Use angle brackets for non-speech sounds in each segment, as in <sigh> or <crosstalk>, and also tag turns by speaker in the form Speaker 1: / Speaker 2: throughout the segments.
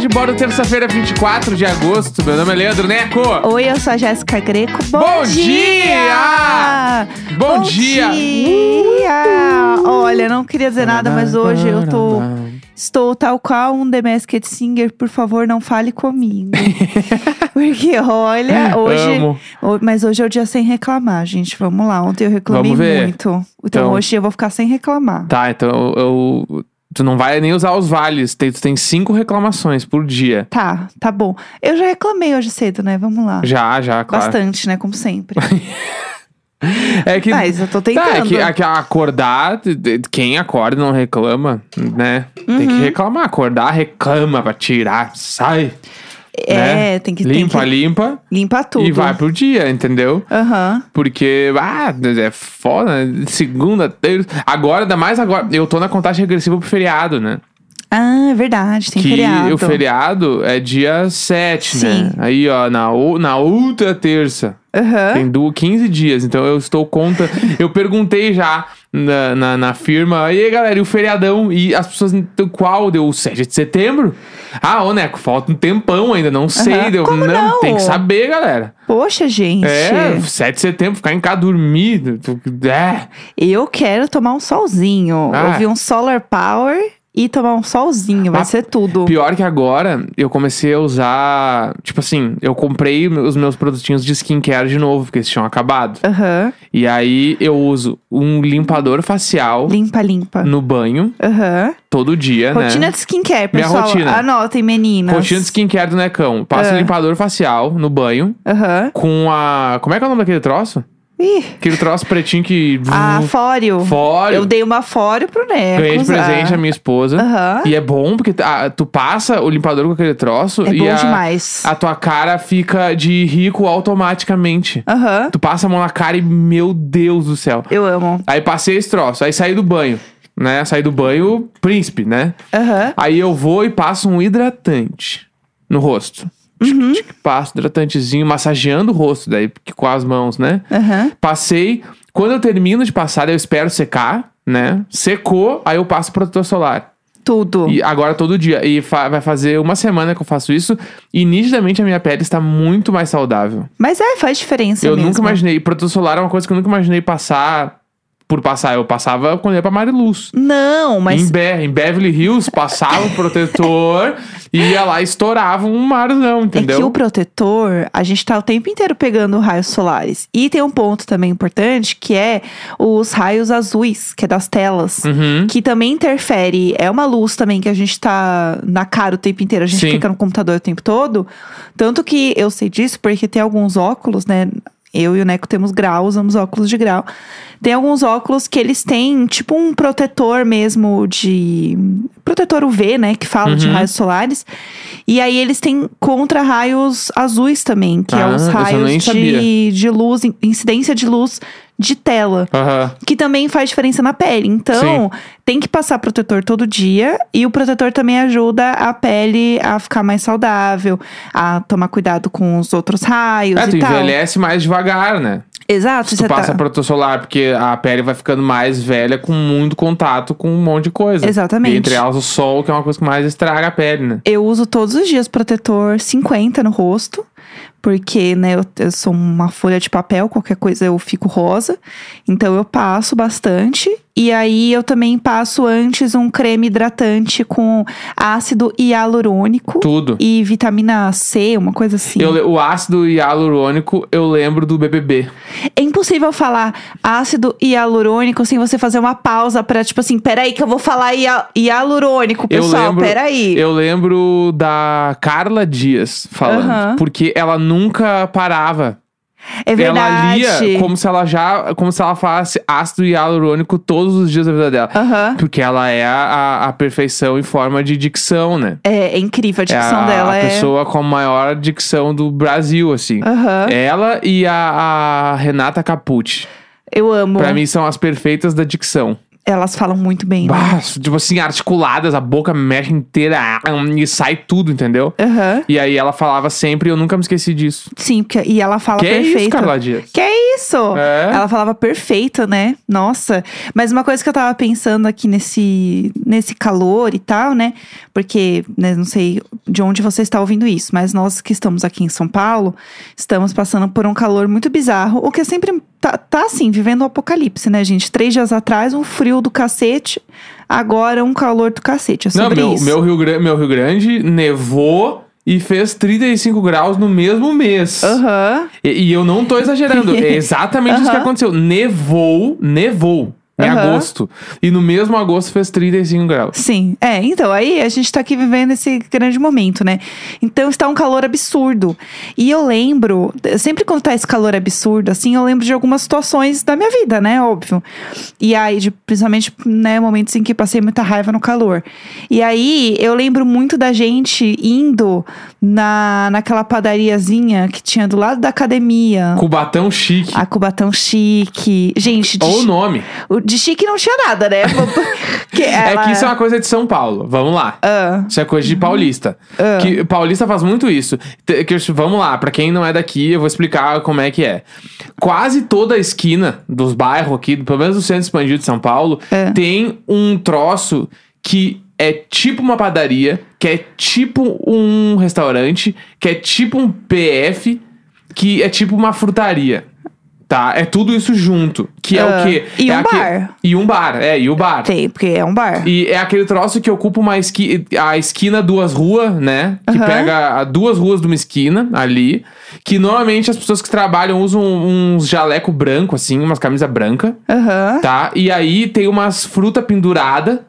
Speaker 1: de bordo, terça-feira, 24 de agosto. Meu nome é Leandro Neco.
Speaker 2: Oi, eu sou a Jéssica Greco. Bom,
Speaker 1: Bom
Speaker 2: dia!
Speaker 1: Bom dia!
Speaker 2: dia! Olha, não queria dizer nada, mas hoje eu tô. Estou tal qual um The Masked Singer, por favor, não
Speaker 1: <laughs>
Speaker 2: fale comigo. Porque olha, hoje.
Speaker 1: Amo.
Speaker 2: o- Mas hoje é o dia sem reclamar, gente. Vamos lá. Ontem eu reclamei
Speaker 1: Vamos ver.
Speaker 2: muito. Então,
Speaker 1: Então.
Speaker 2: hoje eu vou ficar sem reclamar.
Speaker 1: Tá, então eu, eu- Tu não vai nem usar os vales. Tem, tu tem cinco reclamações por dia.
Speaker 2: Tá, tá bom. Eu já reclamei hoje cedo, né? Vamos lá.
Speaker 1: Já, já, claro.
Speaker 2: Bastante, né? Como sempre.
Speaker 1: <laughs> É que.
Speaker 2: Mas Ah, eu tô tentando.
Speaker 1: Tá, é que, é que acordar, de- de- quem acorda e não reclama, né? Tem
Speaker 2: Uhum.
Speaker 1: que reclamar. Acordar, reclama pra tirar, sai.
Speaker 2: É,
Speaker 1: né?
Speaker 2: tem que
Speaker 1: Limpa,
Speaker 2: tem que
Speaker 1: limpa
Speaker 2: limpar tudo.
Speaker 1: e vai pro dia, entendeu?
Speaker 2: Aham.
Speaker 1: Porque, ah, é foda, né? Segunda, terça. Agora, ainda mais agora. Eu tô na contagem regressiva pro feriado, né?
Speaker 2: Ah, é verdade, tem
Speaker 1: que
Speaker 2: feriado.
Speaker 1: o feriado é dia 7, né?
Speaker 2: Sim.
Speaker 1: Aí, ó, na, ou- na outra terça.
Speaker 2: Aham.
Speaker 1: Tem du 15 dias, então eu estou conta. Eu perguntei já na, na, na firma, e aí, galera, e o feriadão? E as pessoas, então, qual? Deu o 7 de setembro? Ah, ô, Neco, falta um tempão ainda, não sei.
Speaker 2: Aham.
Speaker 1: Deu,
Speaker 2: Como não?
Speaker 1: tem que saber, galera.
Speaker 2: Poxa, gente.
Speaker 1: É, 7 de setembro, ficar em casa dormir. tu- É,
Speaker 2: Eu quero tomar um solzinho.
Speaker 1: Ah.
Speaker 2: Ouvir um solar power e tomar um solzinho. Vai
Speaker 1: Ah,
Speaker 2: ser tudo.
Speaker 1: Pior que agora, eu comecei a usar. Tipo assim, eu comprei os meus produtinhos de skincare de novo, porque eles tinham acabado.
Speaker 2: Aham.
Speaker 1: E aí eu uso um limpador facial
Speaker 2: Limpa, limpa.
Speaker 1: no banho,
Speaker 2: Aham.
Speaker 1: todo dia,
Speaker 2: Rotina
Speaker 1: né?
Speaker 2: de skincare,
Speaker 1: Hum. Minha
Speaker 2: pessoal.
Speaker 1: rotina.
Speaker 2: Anotem, meninas.
Speaker 1: Rotina de skincare do Necão. Passa
Speaker 2: Ah.
Speaker 1: limpador facial no banho
Speaker 2: Aham.
Speaker 1: com a. Como é que é o nome daquele troço?
Speaker 2: Ih.
Speaker 1: Aquele troço pretinho que.
Speaker 2: A fório.
Speaker 1: Hum. Fório.
Speaker 2: Ah, Eu dei uma fório pro Neco.
Speaker 1: Ganhei de presente a minha esposa.
Speaker 2: Aham.
Speaker 1: E é bom porque ah, tu passa o limpador com aquele troço
Speaker 2: É
Speaker 1: e
Speaker 2: bom
Speaker 1: a,
Speaker 2: demais.
Speaker 1: a tua cara fica de rico automaticamente.
Speaker 2: Aham.
Speaker 1: Tu passa a mão na cara e, meu Deus do céu.
Speaker 2: Eu amo.
Speaker 1: Aí passei esse troço, aí saí do banho, né? Saí do banho, príncipe, né?
Speaker 2: Aham.
Speaker 1: Aí eu vou e passo um hidratante no rosto.
Speaker 2: Uhum.
Speaker 1: Tic, tic, Passo hidratantezinho, massageando o rosto daí, porque com as mãos, né?
Speaker 2: Aham.
Speaker 1: Passei. Quando eu termino de passar, eu espero secar, né? Secou, aí eu passo protetor solar.
Speaker 2: Tudo.
Speaker 1: E agora todo dia. E fa- vai fazer uma semana que eu faço isso. E nitidamente a minha pele está muito mais saudável.
Speaker 2: Mas é, faz diferença
Speaker 1: eu
Speaker 2: mesmo.
Speaker 1: nunca imaginei. Protetor solar é uma coisa que eu nunca imaginei passar por passar. Eu passava quando ia pra Mariluz.
Speaker 2: Não, mas é
Speaker 1: Em, Be em Beverly Hills, passava o protetor <laughs> e ia lá e estourava um marzão, entendeu?
Speaker 2: É que o protetor, a gente tá o tempo inteiro pegando raios solares. E tem um ponto também importante, que é os raios azuis, que é das telas.
Speaker 1: Uhum.
Speaker 2: Que também interfere. É uma luz também que a gente tá na cara o tempo inteiro. A gente
Speaker 1: Sim.
Speaker 2: fica no computador o tempo todo. Tanto que eu sei disso porque tem alguns óculos, né? Eu e o Neco temos grau, usamos óculos de grau. Tem alguns óculos que eles têm, tipo, um protetor mesmo de. Protetor UV, né? Que fala de
Speaker 1: Uhum.
Speaker 2: raios solares. E aí eles têm contra-raios azuis também, que
Speaker 1: Ah,
Speaker 2: é os
Speaker 1: isso eu nem
Speaker 2: raios de,
Speaker 1: sabia.
Speaker 2: de luz, in- incidência de luz de tela
Speaker 1: Aham.
Speaker 2: que também faz diferença na pele. Então, tem que passar protetor todo dia e o protetor também ajuda a pele a ficar mais saudável, a tomar cuidado com os outros raios
Speaker 1: É, tu
Speaker 2: e tal.
Speaker 1: envelhece mais devagar, né?
Speaker 2: Exato,
Speaker 1: Tu
Speaker 2: você
Speaker 1: passa
Speaker 2: tá
Speaker 1: protetor solar, porque a pele vai ficando mais velha com muito contato com um monte de coisa.
Speaker 2: Exatamente.
Speaker 1: E entre elas o sol, que é uma coisa que mais estraga a pele, né?
Speaker 2: Eu uso todos os dias protetor 50 no rosto, porque, né, eu, eu sou uma folha de papel, qualquer coisa eu fico rosa. Então eu passo bastante. E aí eu também passo antes um creme hidratante com ácido hialurônico.
Speaker 1: Tudo.
Speaker 2: e vitamina C, uma coisa assim.
Speaker 1: Eu le- o ácido hialurônico, eu lembro do BBB.
Speaker 2: É impossível falar ácido hialurônico sem você fazer uma pausa pra, tipo assim, peraí que eu vou falar hia- hialurônico,
Speaker 1: Eu
Speaker 2: pessoal,
Speaker 1: lembro-
Speaker 2: peraí.
Speaker 1: Eu lembro da Carla Dias falando,
Speaker 2: Aham.
Speaker 1: porque ela nunca parava.
Speaker 2: É
Speaker 1: Ela
Speaker 2: verdade.
Speaker 1: lia como se ela já, como se ela falasse ácido hialurônico todos os dias da vida dela.
Speaker 2: Aham.
Speaker 1: Porque ela é a, a- a perfeição em forma de dicção, né?
Speaker 2: É, é incrível a dicção
Speaker 1: é a,
Speaker 2: dela.
Speaker 1: a
Speaker 2: é...
Speaker 1: pessoa com a maior dicção do Brasil, assim.
Speaker 2: Aham.
Speaker 1: Ela e a, a Renata Capucci.
Speaker 2: Eu amo.
Speaker 1: Pra mim são as perfeitas da dicção.
Speaker 2: Elas falam muito bem. né?
Speaker 1: Bah, tipo assim, articuladas, a boca mexe inteira ah, e sai tudo, entendeu?
Speaker 2: Aham.
Speaker 1: E aí ela falava sempre, eu nunca me esqueci disso.
Speaker 2: Sim, porque, e ela fala
Speaker 1: que é
Speaker 2: perfeito.
Speaker 1: isso, Carla Dias?
Speaker 2: Que é isso!
Speaker 1: É.
Speaker 2: Ela falava perfeito, né? Nossa. Mas uma coisa que eu tava pensando aqui nesse, nesse calor e tal, né? Porque, né, não sei de onde você está ouvindo isso, mas nós que estamos aqui em São Paulo, estamos passando por um calor muito bizarro, o que é sempre tá, tá assim, vivendo o apocalipse, né, gente? Três dias atrás, um frio do cacete, agora um calor do cacete. É
Speaker 1: Não,
Speaker 2: sobre
Speaker 1: meu,
Speaker 2: isso.
Speaker 1: meu, Rio Grande, meu Rio Grande nevou e fez 35 graus no mesmo mês.
Speaker 2: Aham.
Speaker 1: E, e eu não tô
Speaker 2: <laughs>
Speaker 1: exagerando, é exatamente isso que
Speaker 2: Aham.
Speaker 1: aconteceu. Nevou, nevou em
Speaker 2: Aham.
Speaker 1: agosto. E no mesmo agosto fez 35 graus.
Speaker 2: Sim, é, então, aí a gente tá aqui vivendo esse grande momento, né? Então está um calor absurdo. E eu lembro, sempre quando tá esse calor absurdo, assim, eu lembro de algumas situações da minha vida, né? Óbvio. E aí, de- principalmente, né, momentos em que passei muita raiva no calor. E aí, eu lembro muito da gente indo na, naquela padariazinha que tinha do lado da academia.
Speaker 1: Cubatão chique.
Speaker 2: A Cubatão Chique. Gente, de,
Speaker 1: Ou o
Speaker 2: chi-
Speaker 1: nome.
Speaker 2: o de chique não tinha nada,
Speaker 1: <laughs>
Speaker 2: né? Porque
Speaker 1: É que
Speaker 2: ela-
Speaker 1: isso é uma coisa de São Paulo. Vamos lá.
Speaker 2: Ah.
Speaker 1: Isso é coisa de paulista. Que paulista faz muito isso. Te- que eu- vamos lá, pra quem não é daqui, eu vou explicar como é que é. Quase toda a esquina dos bairros aqui, pelo menos do centro expandido de São Paulo,
Speaker 2: É.
Speaker 1: tem um troço que é tipo uma padaria, que é tipo um restaurante, que é tipo um PF, que é tipo uma frutaria. Tá? É tudo isso junto. Que é
Speaker 2: Ah.
Speaker 1: o quê?
Speaker 2: E
Speaker 1: É
Speaker 2: um
Speaker 1: aque-
Speaker 2: bar.
Speaker 1: E um bar, é, e o bar.
Speaker 2: Tem, porque é um bar.
Speaker 1: E é aquele troço que ocupa uma esqui... a esquina duas ruas, né? Que
Speaker 2: Aham.
Speaker 1: pega a- duas ruas de uma esquina ali. Que normalmente as pessoas que trabalham usam uns jaleco branco, assim, umas camisas branca,
Speaker 2: Aham.
Speaker 1: tá? E aí tem umas fruta pendurada.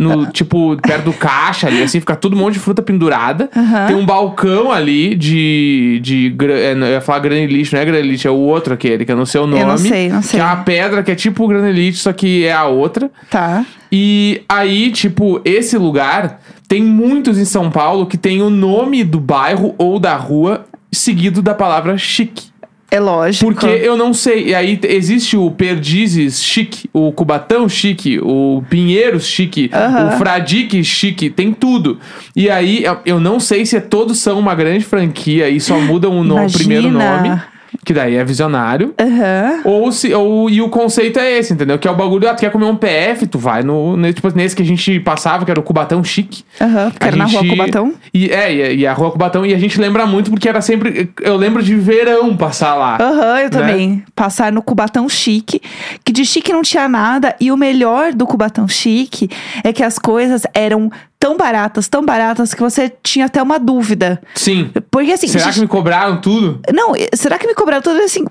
Speaker 2: Ah.
Speaker 1: No, tipo, perto do caixa ali, assim, fica todo um monte de fruta pendurada.
Speaker 2: Aham.
Speaker 1: Tem um balcão ali de. de gra- é, não, eu ia falar granilite, não é granilite, é o outro aquele, que eu não sei o nome.
Speaker 2: não sei, não sei.
Speaker 1: Que é uma pedra que é tipo granilite, só que é a outra.
Speaker 2: Tá.
Speaker 1: E aí, tipo, esse lugar tem muitos em São Paulo que tem o nome do bairro ou da rua seguido da palavra chique.
Speaker 2: É lógico.
Speaker 1: Porque eu não sei. E aí t- existe o Perdizes chique, o Cubatão chique, o Pinheiros chique,
Speaker 2: Aham.
Speaker 1: o Fradique chique, tem tudo. E aí eu- eu não sei se é- todos são uma grande franquia e só mudam o, nome, o primeiro
Speaker 2: Imagina.
Speaker 1: nome, que daí é visionário.
Speaker 2: Aham.
Speaker 1: Ou se, ou, e o conceito é esse, entendeu? Que é o bagulho, ah, tu quer comer um PF, tu vai no, ne- tipo, nesse que a gente passava, que era o Cubatão Chique.
Speaker 2: Aham. Porque
Speaker 1: A
Speaker 2: era na rua
Speaker 1: gente-
Speaker 2: Cubatão.
Speaker 1: E, é, e, e a Rua Cubatão, e a gente lembra muito porque era sempre, eu lembro de verão passar lá.
Speaker 2: Aham, eu
Speaker 1: Né?
Speaker 2: também. Passar no Cubatão Chique, que de chique não tinha nada. E o melhor do Cubatão Chique é que as coisas eram tão baratas, tão baratas, que você tinha até uma dúvida.
Speaker 1: Sim.
Speaker 2: Porque assim.
Speaker 1: Será
Speaker 2: gente-
Speaker 1: que me cobraram tudo?
Speaker 2: Não, eh, será que me cobraram tudo assim?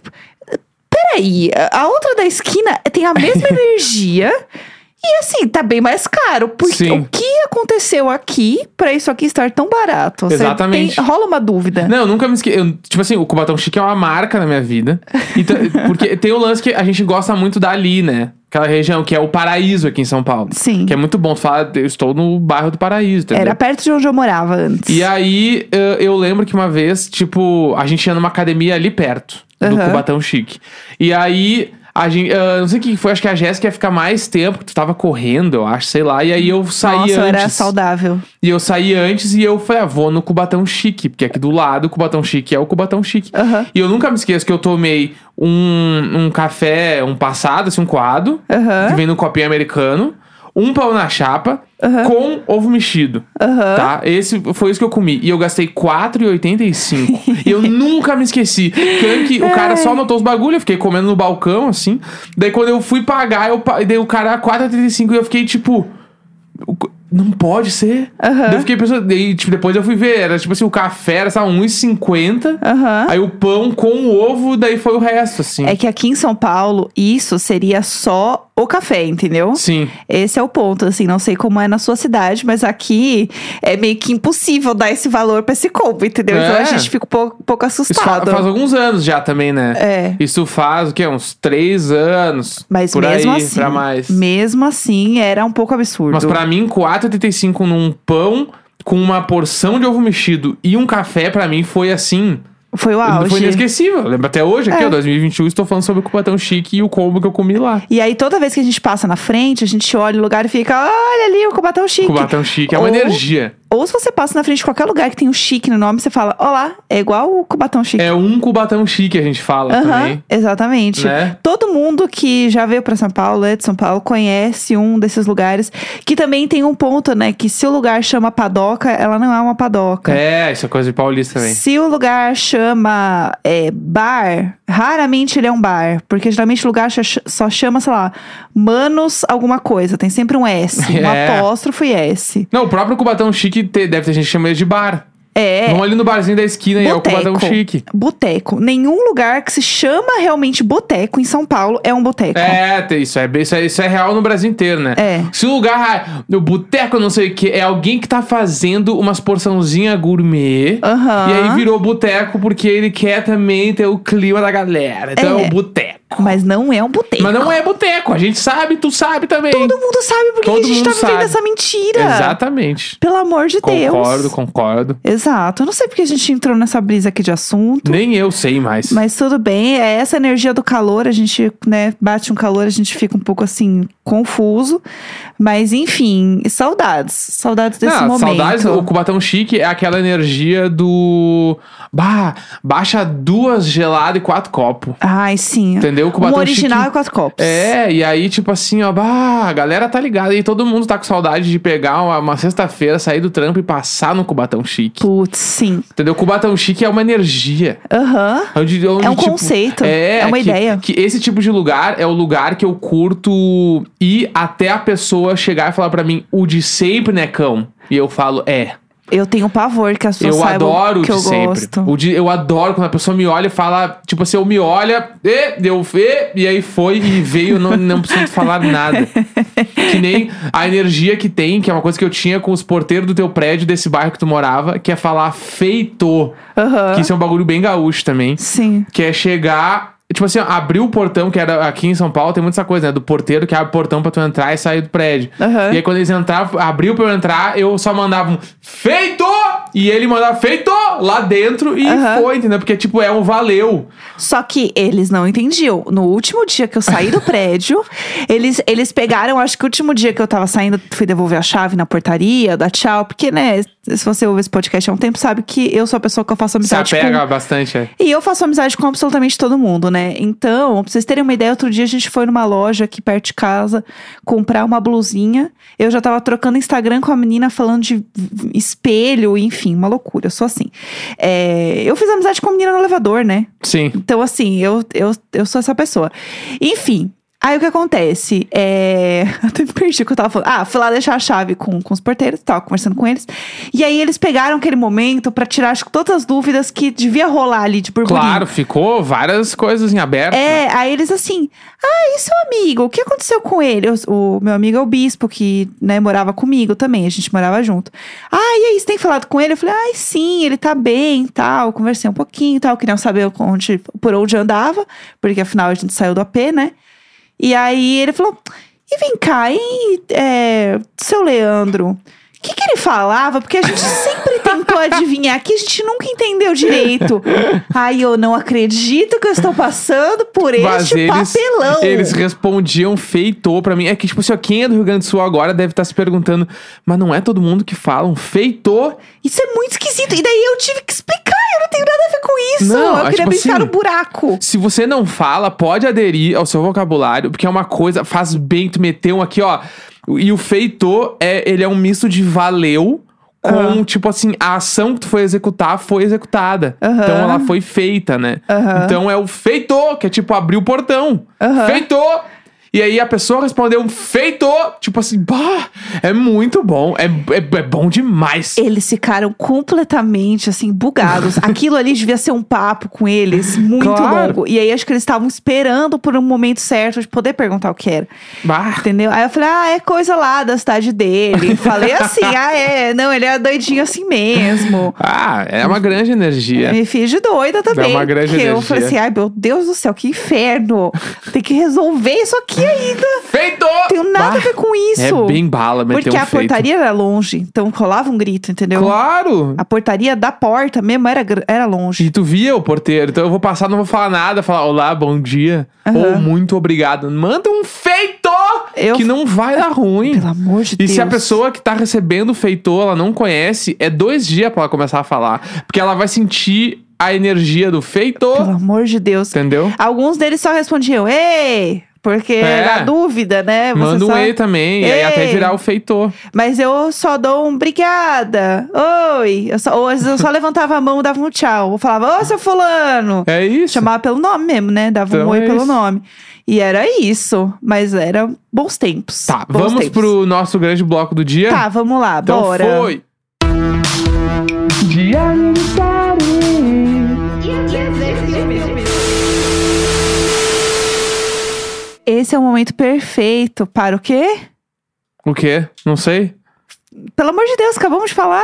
Speaker 2: Peraí, a- a outra da esquina tem
Speaker 1: <laughs>
Speaker 2: a mesma energia e assim, tá bem mais caro. Porque
Speaker 1: Sim.
Speaker 2: o que aconteceu aqui pra isso aqui estar tão barato? Você
Speaker 1: Exatamente.
Speaker 2: tem- rola uma dúvida.
Speaker 1: Não, eu nunca me esqueci. Tipo assim, o Cubatão Chique é uma marca na minha vida.
Speaker 2: <laughs>
Speaker 1: Então, porque tem o lance que a gente gosta muito dali, né? Aquela região que é o paraíso aqui em São Paulo.
Speaker 2: Sim.
Speaker 1: Que é muito bom. Tu fala, eu estou no bairro do paraíso, entendeu?
Speaker 2: Era perto de onde eu morava antes.
Speaker 1: E aí, eh, eu lembro que uma vez, tipo, a gente ia numa academia ali perto, do
Speaker 2: Aham.
Speaker 1: Cubatão Chique. E aí, a gente, ah, não sei o que foi, acho que a Jéssica ia ficar mais tempo, que tu tava correndo, eu acho, sei lá. E aí eu saí
Speaker 2: Nossa,
Speaker 1: antes.
Speaker 2: eu era saudável.
Speaker 1: E eu saí antes e eu falei, ah, vou no Cubatão Chique, porque aqui do lado o Cubatão Chique é o Cubatão Chique.
Speaker 2: Aham.
Speaker 1: E eu nunca me esqueço que eu tomei um, um café, um passado, assim, um coado,
Speaker 2: Aham.
Speaker 1: que vem no copinho americano, um pau na chapa, com ovo mexido.
Speaker 2: Aham.
Speaker 1: Tá? Esse foi isso que eu comi. E eu gastei
Speaker 2: <laughs>
Speaker 1: 4,85. e eu nunca me esqueci. Tanto que o cara só anotou os bagulho, eu fiquei comendo no balcão, assim. Daí quando eu fui pagar, eu pa- dei o cara 4,35 e eu fiquei tipo. o co- Não pode ser.
Speaker 2: Aham.
Speaker 1: Daí eu fiquei pensando. Daí, tipo, depois eu fui ver. Era tipo assim, o café era, sabe, 1,50.
Speaker 2: Aham.
Speaker 1: Aí o pão com o ovo, daí foi o resto, assim.
Speaker 2: É que aqui em São Paulo, isso seria só o café, entendeu?
Speaker 1: Sim.
Speaker 2: Esse é o ponto, assim, não sei como é na sua cidade, mas aqui é meio que impossível dar esse valor pra esse combo, entendeu? Então
Speaker 1: É.
Speaker 2: a gente fica um pouco, um pouco
Speaker 1: Isso fa-
Speaker 2: assustado.
Speaker 1: faz alguns anos já também, né?
Speaker 2: É.
Speaker 1: Isso faz o quê? Uns três anos.
Speaker 2: Mas
Speaker 1: por
Speaker 2: mesmo
Speaker 1: aí,
Speaker 2: assim,
Speaker 1: pra mais.
Speaker 2: mesmo assim, era um pouco absurdo.
Speaker 1: Mas pra mim, 4,85 num pão com uma porção de ovo mexido e um café, pra mim, foi assim.
Speaker 2: Foi o
Speaker 1: Foi
Speaker 2: auge.
Speaker 1: inesquecível. Lembro até hoje, aqui,
Speaker 2: É.
Speaker 1: ó, 2021, estou falando sobre o Cubatão Chique e o combo que eu comi lá.
Speaker 2: E aí, toda vez que a gente passa na frente, a gente olha o lugar e fica, olha ali o Cubatão Chique.
Speaker 1: Cubatão Chique é uma
Speaker 2: Ou-
Speaker 1: energia.
Speaker 2: Ou se você passa na frente de qualquer lugar que tem um chique no nome, você fala, ó lá, é igual o Cubatão Chique.
Speaker 1: É um cubatão chique, a gente fala
Speaker 2: Aham,
Speaker 1: É, também.
Speaker 2: exatamente.
Speaker 1: Né?
Speaker 2: Todo mundo que já veio pra São Paulo, é de São Paulo, conhece um desses lugares. Que também tem um ponto, né? Que se o lugar chama padoca, ela não é uma padoca.
Speaker 1: É, isso é coisa de paulista também.
Speaker 2: Se o lugar chama é, bar, raramente ele é um bar. Porque geralmente o lugar cha- só chama, sei lá, manos alguma coisa. Tem sempre
Speaker 1: <laughs>
Speaker 2: um S, um
Speaker 1: É.
Speaker 2: apóstrofe S.
Speaker 1: Não, o próprio cubatão chique te- deve ter gente que chama ele de bar.
Speaker 2: É,
Speaker 1: Vamos ali no barzinho da esquina e é o
Speaker 2: Boteco.
Speaker 1: cubatão chique.
Speaker 2: boteco. Nenhum lugar que se chama realmente boteco em São Paulo é um boteco.
Speaker 1: É, te- isso é, bem- isso é, isso é real no Brasil inteiro, né?
Speaker 2: É.
Speaker 1: Se o lugar, o boteco, não sei o que, é alguém que tá fazendo umas porçãozinha gourmet.
Speaker 2: Aham.
Speaker 1: E aí virou boteco porque ele quer também ter o clima da galera. Então é,
Speaker 2: É.
Speaker 1: o boteco.
Speaker 2: Mas não é um boteco.
Speaker 1: Mas não é boteco, a gente sabe, tu sabe também.
Speaker 2: Todo mundo sabe porque
Speaker 1: Todo
Speaker 2: a gente
Speaker 1: mundo
Speaker 2: tá vivendo
Speaker 1: sabe.
Speaker 2: essa mentira.
Speaker 1: Exatamente.
Speaker 2: Pelo amor de
Speaker 1: Concordo,
Speaker 2: Deus.
Speaker 1: concordo.
Speaker 2: Exato. Eu não sei porque a gente entrou nessa brisa aqui de assunto.
Speaker 1: Nem eu sei mais.
Speaker 2: Mas tudo bem, é essa energia do calor, a gente, né, bate um calor, a gente fica um pouco assim, confuso. Mas enfim, saudades. Saudades desse
Speaker 1: Não,
Speaker 2: momento.
Speaker 1: Ah, saudades, o Cubatão Chique é aquela energia do. Bah, baixa duas geladas e quatro copos.
Speaker 2: Ai, sim.
Speaker 1: Entendeu? O
Speaker 2: Um
Speaker 1: Cubatão
Speaker 2: original e
Speaker 1: Chique.
Speaker 2: quatro copos.
Speaker 1: É, e aí, tipo assim, ó, bah, a galera tá ligada e todo mundo tá com saudade de pegar uma, uma sexta-feira, sair do trampo e passar no Cubatão Chique.
Speaker 2: Putz, sim.
Speaker 1: Entendeu? Cubatão Chique é uma energia.
Speaker 2: Aham.
Speaker 1: Onde- onde,
Speaker 2: É um
Speaker 1: tipo,
Speaker 2: conceito.
Speaker 1: É,
Speaker 2: É uma
Speaker 1: que-
Speaker 2: ideia.
Speaker 1: Que esse tipo de lugar é o lugar que eu curto ir até a pessoa chegar e falar pra mim, o de sempre, né, cão? E eu falo, é.
Speaker 2: Eu tenho pavor que as pessoas
Speaker 1: eu
Speaker 2: saibam
Speaker 1: adoro o
Speaker 2: que
Speaker 1: de
Speaker 2: eu
Speaker 1: sempre.
Speaker 2: gosto.
Speaker 1: O de, eu adoro quando a pessoa me olha e fala, tipo assim, eu me olha, e deu, e, e aí foi e veio, não, não preciso falar nada. Que nem a energia que tem, que é uma coisa que eu tinha com os porteiros do teu prédio, desse bairro que tu morava, que é falar feito.
Speaker 2: Aham.
Speaker 1: Que isso é um bagulho bem gaúcho também.
Speaker 2: Sim.
Speaker 1: que é chegar. Tipo assim, ó, abrir o portão, que era aqui em São Paulo, tem muita essa coisa, né? Do porteiro que abre o portão pra tu entrar e sair do prédio.
Speaker 2: Aham.
Speaker 1: E aí, quando eles entravam, abriu pra eu entrar, eu só mandava um feito! E ele mandava feito! lá dentro e
Speaker 2: Aham.
Speaker 1: foi, entendeu? Porque, tipo, é um valeu.
Speaker 2: Só que eles não entendiam. No último dia que eu saí do prédio, eles, eles pegaram, acho que o último dia que eu tava saindo, fui devolver a chave na portaria, dar tchau, porque, né, se você ouve esse podcast há um tempo, sabe que eu sou a pessoa que eu faço
Speaker 1: Se
Speaker 2: amizade
Speaker 1: apega
Speaker 2: com.
Speaker 1: bastante, é.
Speaker 2: E eu faço amizade com absolutamente todo mundo, né? Então, pra vocês terem uma ideia, outro dia a gente foi numa loja aqui perto de casa comprar uma blusinha. Eu já tava trocando Instagram com a menina falando de espelho, enfim, uma loucura. Eu sou assim. É, eu fiz amizade com a menina no elevador, né?
Speaker 1: Sim.
Speaker 2: Então, assim, eu, eu, eu sou essa pessoa. Enfim. Aí o que acontece? É... <laughs> Até me perdi o que eu tava falando. Ah, fui lá deixar a chave com, com os porteiros, tava conversando com eles. E aí eles pegaram aquele momento pra tirar acho que, todas as dúvidas que devia rolar ali de burburinho.
Speaker 1: Claro, ficou várias coisas em aberto. né?
Speaker 2: É, aí eles assim, ah, e seu amigo? O que aconteceu com ele? Eu- o meu amigo é o bispo, que né, morava comigo também, a gente morava junto. Ah, e aí, você tem falado com ele? Eu falei, ai, sim, ele tá bem e tal. Conversei um pouquinho e tal, queriam saber onde, por onde andava, porque afinal a gente saiu do AP, né? E aí ele falou, e vem cá, e é, seu Leandro? O que, que ele falava? Porque a gente sempre tentou adivinhar aqui, a gente nunca entendeu direito. Ai, eu não acredito que eu estou passando por este
Speaker 1: Mas eles,
Speaker 2: papelão.
Speaker 1: eles respondiam feito pra mim. É que, tipo assim, ó, quem é do Rio Grande do Sul agora deve estar se perguntando, mas não é todo mundo que fala um feito?
Speaker 2: Isso é muito esquisito. E daí eu tive que explicar, eu não tenho nada a ver com isso.
Speaker 1: Não,
Speaker 2: eu
Speaker 1: é
Speaker 2: queria
Speaker 1: tipo
Speaker 2: brincar
Speaker 1: assim,
Speaker 2: no buraco.
Speaker 1: Se você não fala, pode aderir ao seu vocabulário, porque é uma coisa, faz bem tu meter um aqui, ó. E o feito é, ele é um misto de valeu com, tipo assim, a ação que tu foi executar foi executada.
Speaker 2: Aham.
Speaker 1: Então ela foi feita, né?
Speaker 2: Aham.
Speaker 1: Então é o feito, que é tipo abrir o portão.
Speaker 2: Aham.
Speaker 1: Feito! E aí a pessoa respondeu feito, tipo assim, bah, é muito bom, é, é, é bom demais.
Speaker 2: Eles ficaram completamente, assim,
Speaker 1: <laughs>
Speaker 2: bugados. Aquilo ali devia ser um papo com eles muito
Speaker 1: Claro.
Speaker 2: longo. E aí acho que eles estavam esperando por um momento certo de poder perguntar o que era.
Speaker 1: Bah.
Speaker 2: Entendeu? Aí eu falei, ah, é coisa lá da
Speaker 1: <laughs>
Speaker 2: cidade dele. Falei assim, ah, é. Não, ele é doidinho assim mesmo.
Speaker 1: Ah, é uma grande energia.
Speaker 2: Me fiz de doida também.
Speaker 1: uma grande
Speaker 2: porque eu
Speaker 1: energia.
Speaker 2: falei assim, ai meu Deus do céu, que inferno. Tem que resolver isso aqui. aqui ainda.
Speaker 1: Feito!
Speaker 2: Tenho nada a ver com isso.
Speaker 1: É bem bala meter
Speaker 2: Porque
Speaker 1: um
Speaker 2: a
Speaker 1: feito.
Speaker 2: portaria era longe, então colava um grito, entendeu?
Speaker 1: Claro!
Speaker 2: A portaria da porta mesmo era, gr- era longe.
Speaker 1: E tu via o porteiro, então eu vou passar, não vou falar nada, falar olá, bom dia,
Speaker 2: Aham.
Speaker 1: ou muito obrigado. Manda um feito
Speaker 2: Eu-
Speaker 1: que não vai dar ruim.
Speaker 2: Pelo amor de
Speaker 1: E
Speaker 2: Deus.
Speaker 1: se a pessoa que tá recebendo o feitor, ela não conhece, é dois dias pra ela começar a falar. Porque ela vai sentir a energia do
Speaker 2: Pelo
Speaker 1: feitor,
Speaker 2: amor de Deus.
Speaker 1: entendeu?
Speaker 2: Alguns deles só respondiam, ei! Porque
Speaker 1: É.
Speaker 2: na dúvida, né? Você
Speaker 1: Manda um
Speaker 2: só-
Speaker 1: E também, e aí
Speaker 2: Ei.
Speaker 1: até virar o feitor.
Speaker 2: Mas eu só dou um obrigada. Oi. Eu só, ou às vezes eu só levantava a mão e dava um tchau. Eu falava, ô, seu fulano.
Speaker 1: É isso.
Speaker 2: Chamava pelo nome mesmo, né? Dava
Speaker 1: Então
Speaker 2: um oi
Speaker 1: é
Speaker 2: pelo
Speaker 1: isso.
Speaker 2: nome. E era isso. Mas eram bons tempos.
Speaker 1: Tá,
Speaker 2: bons
Speaker 1: vamos
Speaker 2: tempos.
Speaker 1: pro nosso grande bloco do dia?
Speaker 2: Tá, vamos lá,
Speaker 1: então
Speaker 2: bora.
Speaker 1: foi. Dia
Speaker 2: Esse é o momento perfeito para o quê?
Speaker 1: O quê? Não sei.
Speaker 2: Pelo amor de Deus, acabamos de falar.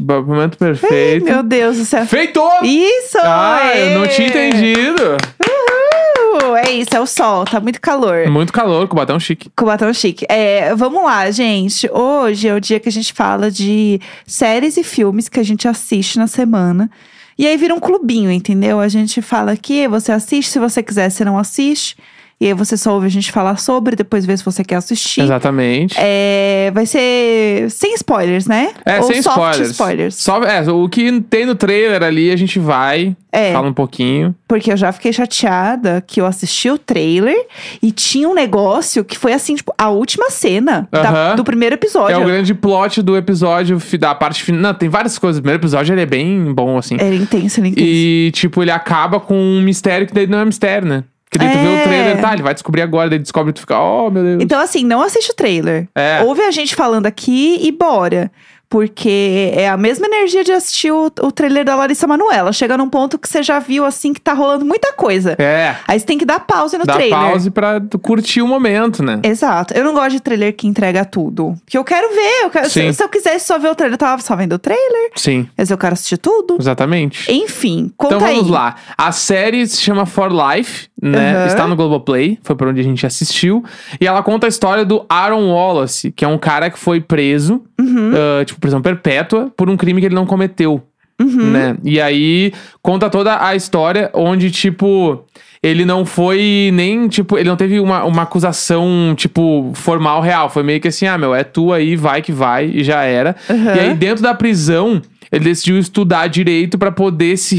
Speaker 1: Momento
Speaker 2: Ih,
Speaker 1: perfeito.
Speaker 2: Meu Deus do céu.
Speaker 1: Feitor!
Speaker 2: Isso! é.
Speaker 1: Ah, eu não
Speaker 2: ê!
Speaker 1: tinha entendido.
Speaker 2: Uh, É isso, é o sol, tá muito calor.
Speaker 1: Muito calor, com batão chique.
Speaker 2: Cubatão chique. É, vamos lá, gente. Hoje é o dia que a gente fala de séries e filmes que a gente assiste na semana. E aí vira um clubinho, entendeu? A gente fala aqui, você assiste, se você quiser, você não assiste. E aí você só ouve a gente falar sobre, depois vê se você quer assistir.
Speaker 1: Exatamente.
Speaker 2: É, vai ser sem spoilers, né?
Speaker 1: É,
Speaker 2: Ou
Speaker 1: sem
Speaker 2: soft
Speaker 1: spoilers. Só, é, o que tem no trailer ali, a gente vai,
Speaker 2: É,
Speaker 1: fala um pouquinho.
Speaker 2: porque eu já fiquei chateada que eu assisti o trailer e tinha um negócio que foi assim, tipo, a última cena da-
Speaker 1: Aham.
Speaker 2: do primeiro episódio.
Speaker 1: É o grande plot do episódio, fi- da parte final. Não, tem várias coisas. O primeiro episódio ele é bem bom, assim.
Speaker 2: Era intenso, era intenso.
Speaker 1: E, tipo, ele acaba com um mistério que daí não é mistério, né? Que daí tu vê
Speaker 2: É.
Speaker 1: o trailer, tá? Ele vai descobrir agora, daí descobre e tu fica, oh meu Deus.
Speaker 2: Então, assim, não assiste o trailer.
Speaker 1: É.
Speaker 2: Ouve a gente falando aqui e bora. Porque é a mesma energia de assistir o, o trailer da Larissa Manoela. Chega num ponto que você já viu, assim, que tá rolando muita coisa.
Speaker 1: É.
Speaker 2: Aí você tem que dar pausa no
Speaker 1: Dá
Speaker 2: trailer.
Speaker 1: pause pra tu curtir o momento, né?
Speaker 2: Exato. Eu não gosto de trailer que entrega tudo. Porque eu quero ver. Eu quero, se,
Speaker 1: Sim.
Speaker 2: se eu quisesse só ver o trailer, eu tava só vendo o trailer.
Speaker 1: Sim,
Speaker 2: Mas eu quero assistir tudo.
Speaker 1: exatamente.
Speaker 2: Enfim, conta
Speaker 1: então vamos
Speaker 2: aí.
Speaker 1: lá. A série se chama For Life, né?
Speaker 2: Aham.
Speaker 1: Está no Globoplay, foi por onde a gente assistiu. E ela conta a história do Aaron Wallace, que é um cara que foi preso,
Speaker 2: Uhum.
Speaker 1: ah, tipo, prisão perpétua, por um crime que ele não cometeu. Né? E aí conta toda a história onde, tipo, ele não foi nem, tipo, ele não teve uma, uma acusação, tipo, formal, real. Foi meio que assim, ah, meu, é tu aí, vai que vai, e já era.
Speaker 2: Aham.
Speaker 1: E aí, dentro da prisão, ele decidiu estudar direito pra poder se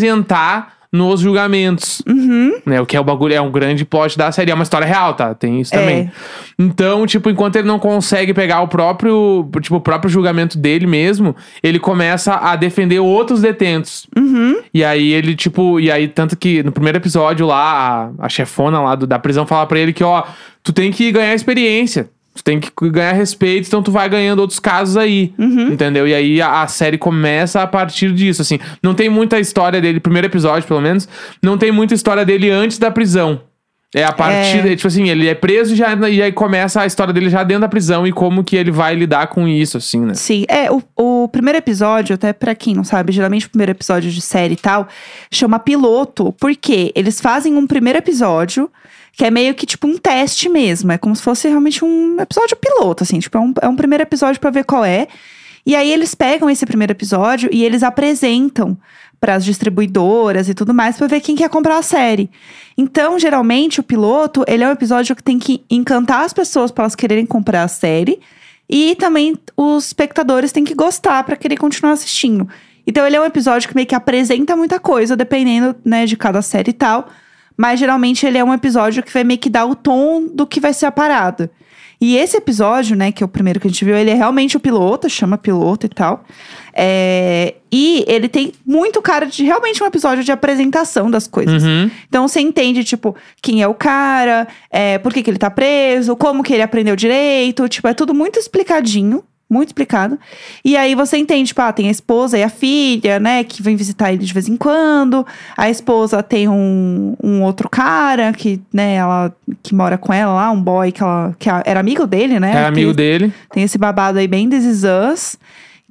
Speaker 1: representar nos julgamentos. Né? O que é o bagulho, é um grande plot da série. É uma história real, tá? Tem isso
Speaker 2: É.
Speaker 1: também. Então, tipo, enquanto ele não consegue pegar o próprio, tipo, o próprio julgamento dele mesmo, ele começa a defender outros detentos. E aí ele, tipo, e aí, tanto que no primeiro episódio lá, a, a chefona lá do- da prisão fala pra ele que, ó, tu tem que ganhar experiência. Tu tem que ganhar respeito, então tu vai ganhando outros casos aí. Entendeu? E aí a, a série começa a partir disso, assim. Não tem muita história dele, primeiro episódio, pelo menos, não tem muita história dele antes da prisão. É a partir, tipo assim, ele é preso e, já, e aí começa a história dele já dentro da prisão e como que ele vai lidar com isso, assim, né?
Speaker 2: Sim, é, o, o primeiro episódio, até pra quem não sabe, geralmente o primeiro episódio de série e tal, chama piloto, porque eles fazem um primeiro episódio que é meio que tipo um teste mesmo, é como se fosse realmente um episódio piloto, assim, tipo, é um, é um primeiro episódio pra ver qual é. E aí eles pegam esse primeiro episódio e eles apresentam para as distribuidoras e tudo mais pra ver quem quer comprar a série. Então, geralmente o piloto, ele é um episódio que tem que encantar as pessoas para elas quererem comprar a série. E também os espectadores têm que gostar pra querer continuar assistindo. Então ele é um episódio que meio que apresenta muita coisa, dependendo, né, de cada série e tal. Mas geralmente ele é um episódio que vai meio que dar o tom do que vai ser a parada. E esse episódio, né, que é o primeiro que a gente viu, ele é realmente o piloto, chama piloto e tal. É, e ele tem muito cara de realmente um episódio de apresentação das coisas.
Speaker 1: Uhum.
Speaker 2: Então você entende, tipo, quem é o cara, é, por que, que ele tá preso, como que ele aprendeu direito. Tipo, é tudo muito explicadinho, muito explicado. E aí você entende, tipo, ah, tem a esposa e a filha, né, que vem visitar ele de vez em quando. A esposa tem um, um outro cara que, né, ela que mora com ela lá, um boy que ela que a- era amigo dele, né?
Speaker 1: É, amigo
Speaker 2: Tem-
Speaker 1: dele.
Speaker 2: Tem esse babado aí bem desses us.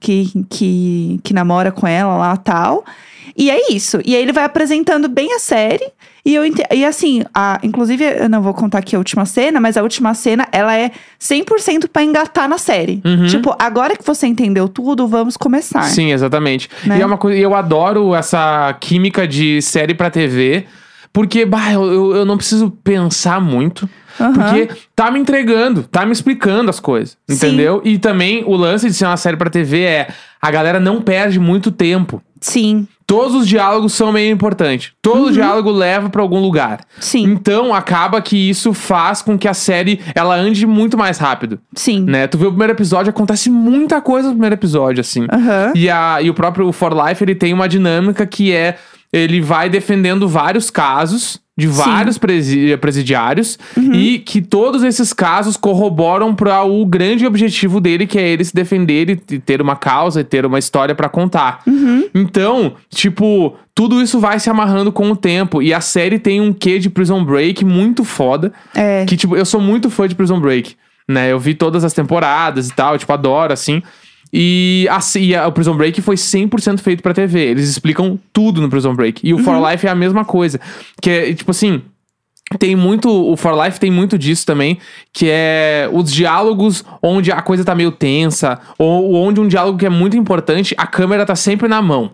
Speaker 2: que, que, que namora com ela lá tal. E é isso. E aí ele vai apresentando bem a série. E eu ente- e assim, a, inclusive, eu não vou contar aqui a última cena, mas a última cena, ela é 100% pra engatar na série.
Speaker 1: Uhum.
Speaker 2: Tipo, agora que você entendeu tudo, vamos começar.
Speaker 1: Sim, exatamente.
Speaker 2: Tá. Né?
Speaker 1: E é uma coisa, e eu adoro essa química de série pra TV, porque, bah, eu, eu, eu não preciso pensar muito.
Speaker 2: Aham.
Speaker 1: Porque tá me entregando, tá me explicando as coisas,
Speaker 2: Sim.
Speaker 1: entendeu? E também o lance de ser uma série pra TV é a galera não perde muito tempo.
Speaker 2: Sim,
Speaker 1: Todos os diálogos são meio importantes. Todo diálogo leva pra algum lugar.
Speaker 2: Uhum. sim,
Speaker 1: Então acaba que isso faz com que a série ela ande muito mais rápido,
Speaker 2: sim.
Speaker 1: né? Tu vê o primeiro episódio, acontece muita coisa no primeiro episódio, assim.
Speaker 2: Aham.
Speaker 1: E, a, e o próprio For Life, ele tem uma dinâmica que é... Ele vai defendendo vários casos de
Speaker 2: Sim. Uhum.
Speaker 1: vários presi- presidiários e que todos esses casos corroboram para o grande objetivo dele, que é ele se defender e t- ter uma causa e ter uma história para contar.
Speaker 2: Uhum.
Speaker 1: Então, tipo, tudo isso vai se amarrando com o tempo e a série tem um quê de Prison Break muito foda.
Speaker 2: É.
Speaker 1: Que, tipo, eu sou muito fã de Prison Break, né? Eu vi todas as temporadas e tal, tipo, adoro, assim. E, assim, e a- o Prison Break foi 100% feito pra TV. Eles explicam tudo no Prison Break. E o For Life é a mesma coisa. Que é, tipo assim... Tem muito, o For Life tem muito disso também, que é os diálogos onde a coisa tá meio tensa, ou onde um diálogo que é muito importante, a câmera tá sempre na mão.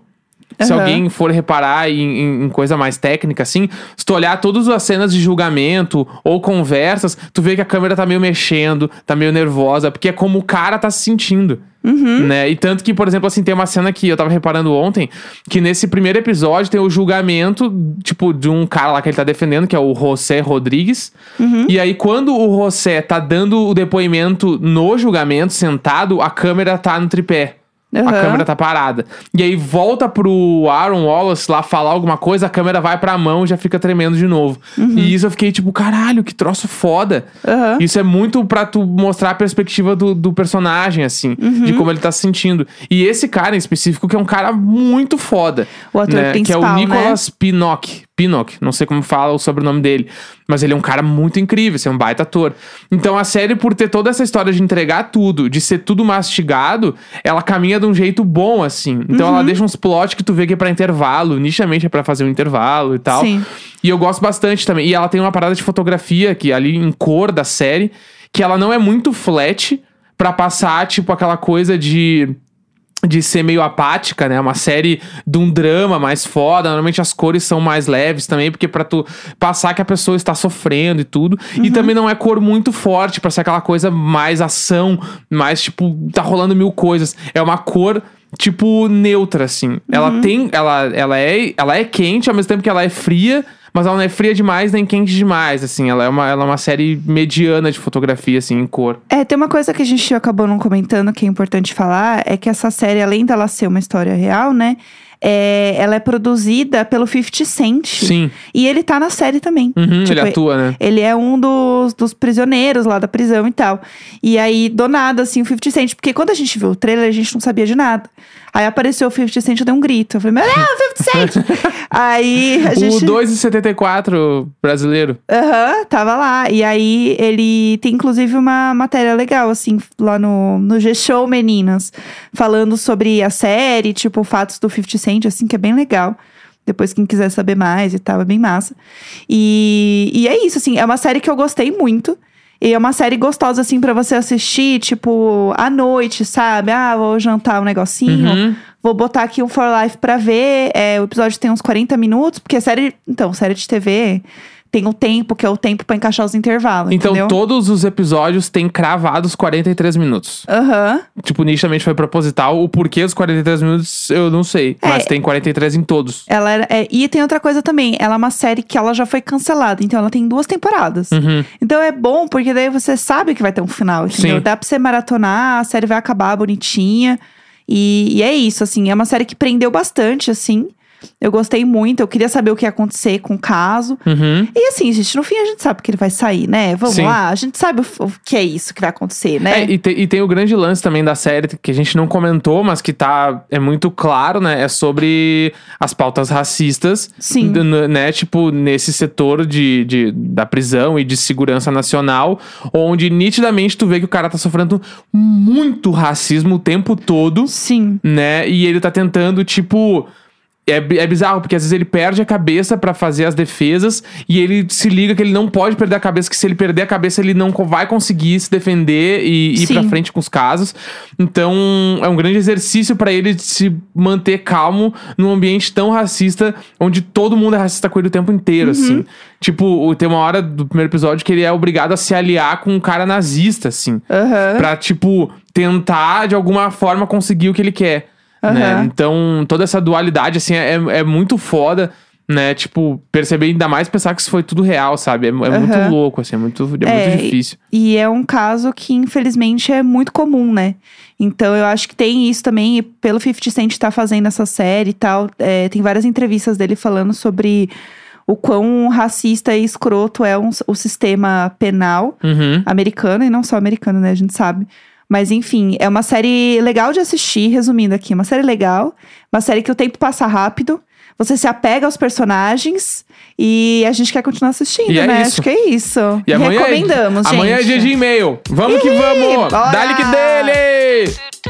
Speaker 1: Se
Speaker 2: Aham.
Speaker 1: alguém for reparar em, em- em coisa mais técnica, assim, se tu olhar todas as cenas de julgamento ou conversas, tu vê que a câmera tá meio mexendo, tá meio nervosa, porque é como o cara tá se sentindo.
Speaker 2: Uhum.
Speaker 1: Né? E tanto que, por exemplo, assim, tem uma cena que eu tava reparando ontem, que nesse primeiro episódio tem o julgamento, tipo, de um cara lá que ele tá defendendo, que é o José Rodrigues.
Speaker 2: Uhum.
Speaker 1: E aí, quando o José tá dando o depoimento no julgamento, sentado, a câmera tá no tripé. A
Speaker 2: Aham.
Speaker 1: câmera tá parada. E aí volta pro Aaron Wallace lá falar alguma coisa, a câmera vai pra mão e já fica tremendo de novo. E isso eu fiquei tipo, caralho, que troço foda.
Speaker 2: Uhum. Aham.
Speaker 1: Isso é muito pra tu mostrar a perspectiva do, do personagem, assim, de
Speaker 2: Uhum.
Speaker 1: como ele tá se sentindo. E esse cara em específico, que é um cara muito foda.
Speaker 2: O ator
Speaker 1: né? Que é o
Speaker 2: principal, né?
Speaker 1: Nicolas Pinock. Pinock, não sei como fala o sobrenome dele. Mas ele é um cara muito incrível, assim, é um baita ator. Então a série, por ter toda essa história de entregar tudo, de ser tudo mastigado, ela caminha de um jeito bom, assim. Então ela deixa uns plot que tu vê que é pra intervalo, nitidamente é pra fazer um intervalo e tal.
Speaker 2: Sim.
Speaker 1: E eu gosto bastante também. E ela tem uma parada de fotografia que ali em cor da série, que ela não é muito flat pra passar tipo aquela coisa de de ser meio apática, né? Uma série de um drama mais foda. Normalmente as cores são mais leves também, porque pra tu passar que a pessoa está sofrendo e tudo.
Speaker 2: Uhum.
Speaker 1: E também não é cor muito forte pra ser aquela coisa mais ação, mais tipo tá rolando mil coisas. É uma cor tipo neutra assim.
Speaker 2: Uhum.
Speaker 1: Ela tem, ela, ela é, ela é quente ao mesmo tempo que ela é fria. Mas ela não é fria demais nem quente demais, assim. Ela é uma, ela é uma série mediana de fotografia, assim, em cor.
Speaker 2: É, tem uma coisa que a gente acabou não comentando que é importante falar, é que essa série, além dela ser uma história real, né? é, ela é produzida pelo 50 Cent.
Speaker 1: Sim.
Speaker 2: E ele tá na série também.
Speaker 1: Uhum,
Speaker 2: Tipo,
Speaker 1: ele atua, né?
Speaker 2: Ele é um dos, dos prisioneiros lá da prisão e tal. E aí, do nada, assim, o 50 Cent. Porque quando a gente viu o trailer, a gente não sabia de nada. Aí apareceu o 50 Cent, eu dei um grito. Eu falei, meu Deus, 50
Speaker 1: <laughs>
Speaker 2: Cent! aí a gente.
Speaker 1: O 2,74 brasileiro.
Speaker 2: Aham, tava lá. E aí ele tem inclusive uma matéria legal, assim, lá no, no G-Show Meninas, falando sobre a série, tipo, fatos do 50 Cent, assim, que é bem legal. Depois, quem quiser saber mais e tal, é bem massa. E, e é isso, assim, é uma série que eu gostei muito. E é uma série gostosa, assim, pra você assistir, tipo, à noite, sabe? Ah, vou jantar um negocinho.
Speaker 1: Uhum.
Speaker 2: Vou botar aqui um For Life pra ver. É, o episódio tem uns 40 minutos, porque série. Então, série de TV tem o tempo, que é o tempo pra encaixar os intervalos.
Speaker 1: Então,
Speaker 2: entendeu?
Speaker 1: todos os episódios têm cravados 43 minutos.
Speaker 2: Aham.
Speaker 1: Tipo, nitidamente foi proposital. O porquê dos 43 minutos, eu não sei.
Speaker 2: É.
Speaker 1: Mas tem 43 em todos.
Speaker 2: Ela era- é, e tem outra coisa também. Ela é uma série que ela já foi cancelada. Então ela tem duas temporadas.
Speaker 1: Uhum.
Speaker 2: Então é bom, porque daí você sabe que vai ter um final, entendeu?
Speaker 1: Sim.
Speaker 2: Dá pra você maratonar, a série vai acabar bonitinha. E, e é isso, assim. É uma série que prendeu bastante, assim. Eu gostei muito, eu queria saber o que ia acontecer com o caso.
Speaker 1: Uhum.
Speaker 2: E assim, gente, no fim a gente sabe que ele vai sair, né? Vamos
Speaker 1: Sim.
Speaker 2: lá, a gente sabe o, f- o que é isso que vai acontecer, né?
Speaker 1: É, e, te- e tem o grande lance também da série que a gente não comentou, mas que tá é muito claro, né? É sobre as pautas racistas,
Speaker 2: Sim.
Speaker 1: d- n- né? Tipo nesse setor de, de- da prisão e de segurança nacional, onde nitidamente tu vê que o cara tá sofrendo muito racismo o tempo todo,
Speaker 2: Sim.
Speaker 1: né? E ele tá tentando tipo é, bi- é bizarro, porque às vezes ele perde a cabeça pra fazer as defesas e ele se liga que ele não pode perder a cabeça, que se ele perder a cabeça, ele não co- vai conseguir se defender e ir
Speaker 2: Sim.
Speaker 1: pra frente com os casos. Então, é um grande exercício pra ele se manter calmo num ambiente tão racista, onde todo mundo é racista com ele o tempo inteiro, assim. Tipo, o- tem uma hora do primeiro episódio que ele é obrigado a se aliar com um cara nazista, assim.
Speaker 2: Aham.
Speaker 1: Pra, tipo, tentar de alguma forma conseguir o que ele quer. Né?
Speaker 2: Aham.
Speaker 1: Então, toda essa dualidade, assim, é, é muito foda, né? Tipo, perceber ainda mais pensar que isso foi tudo real, sabe? É, é muito
Speaker 2: Aham.
Speaker 1: louco, assim, é muito, é
Speaker 2: É,
Speaker 1: muito difícil.
Speaker 2: E é um caso que, infelizmente, é muito comum, né? Então, eu acho que tem isso também. E pelo 50 Cent tá fazendo essa série e tal, é, tem várias entrevistas dele falando sobre o quão racista e escroto é um- o sistema penal
Speaker 1: Uhum.
Speaker 2: americano, e não só americano, né? A gente sabe. Mas enfim, é uma série legal de assistir, resumindo aqui, uma série legal, uma série que o tempo passa rápido, você se apega aos personagens e a gente quer continuar assistindo,
Speaker 1: E é
Speaker 2: né?
Speaker 1: isso.
Speaker 2: Acho que é isso.
Speaker 1: E amanhã é-
Speaker 2: Recomendamos, gente.
Speaker 1: Amanhã é dia de e-mail. Vamos que
Speaker 2: Ih,
Speaker 1: vamos!
Speaker 2: bora!
Speaker 1: Dá-lhe que dele!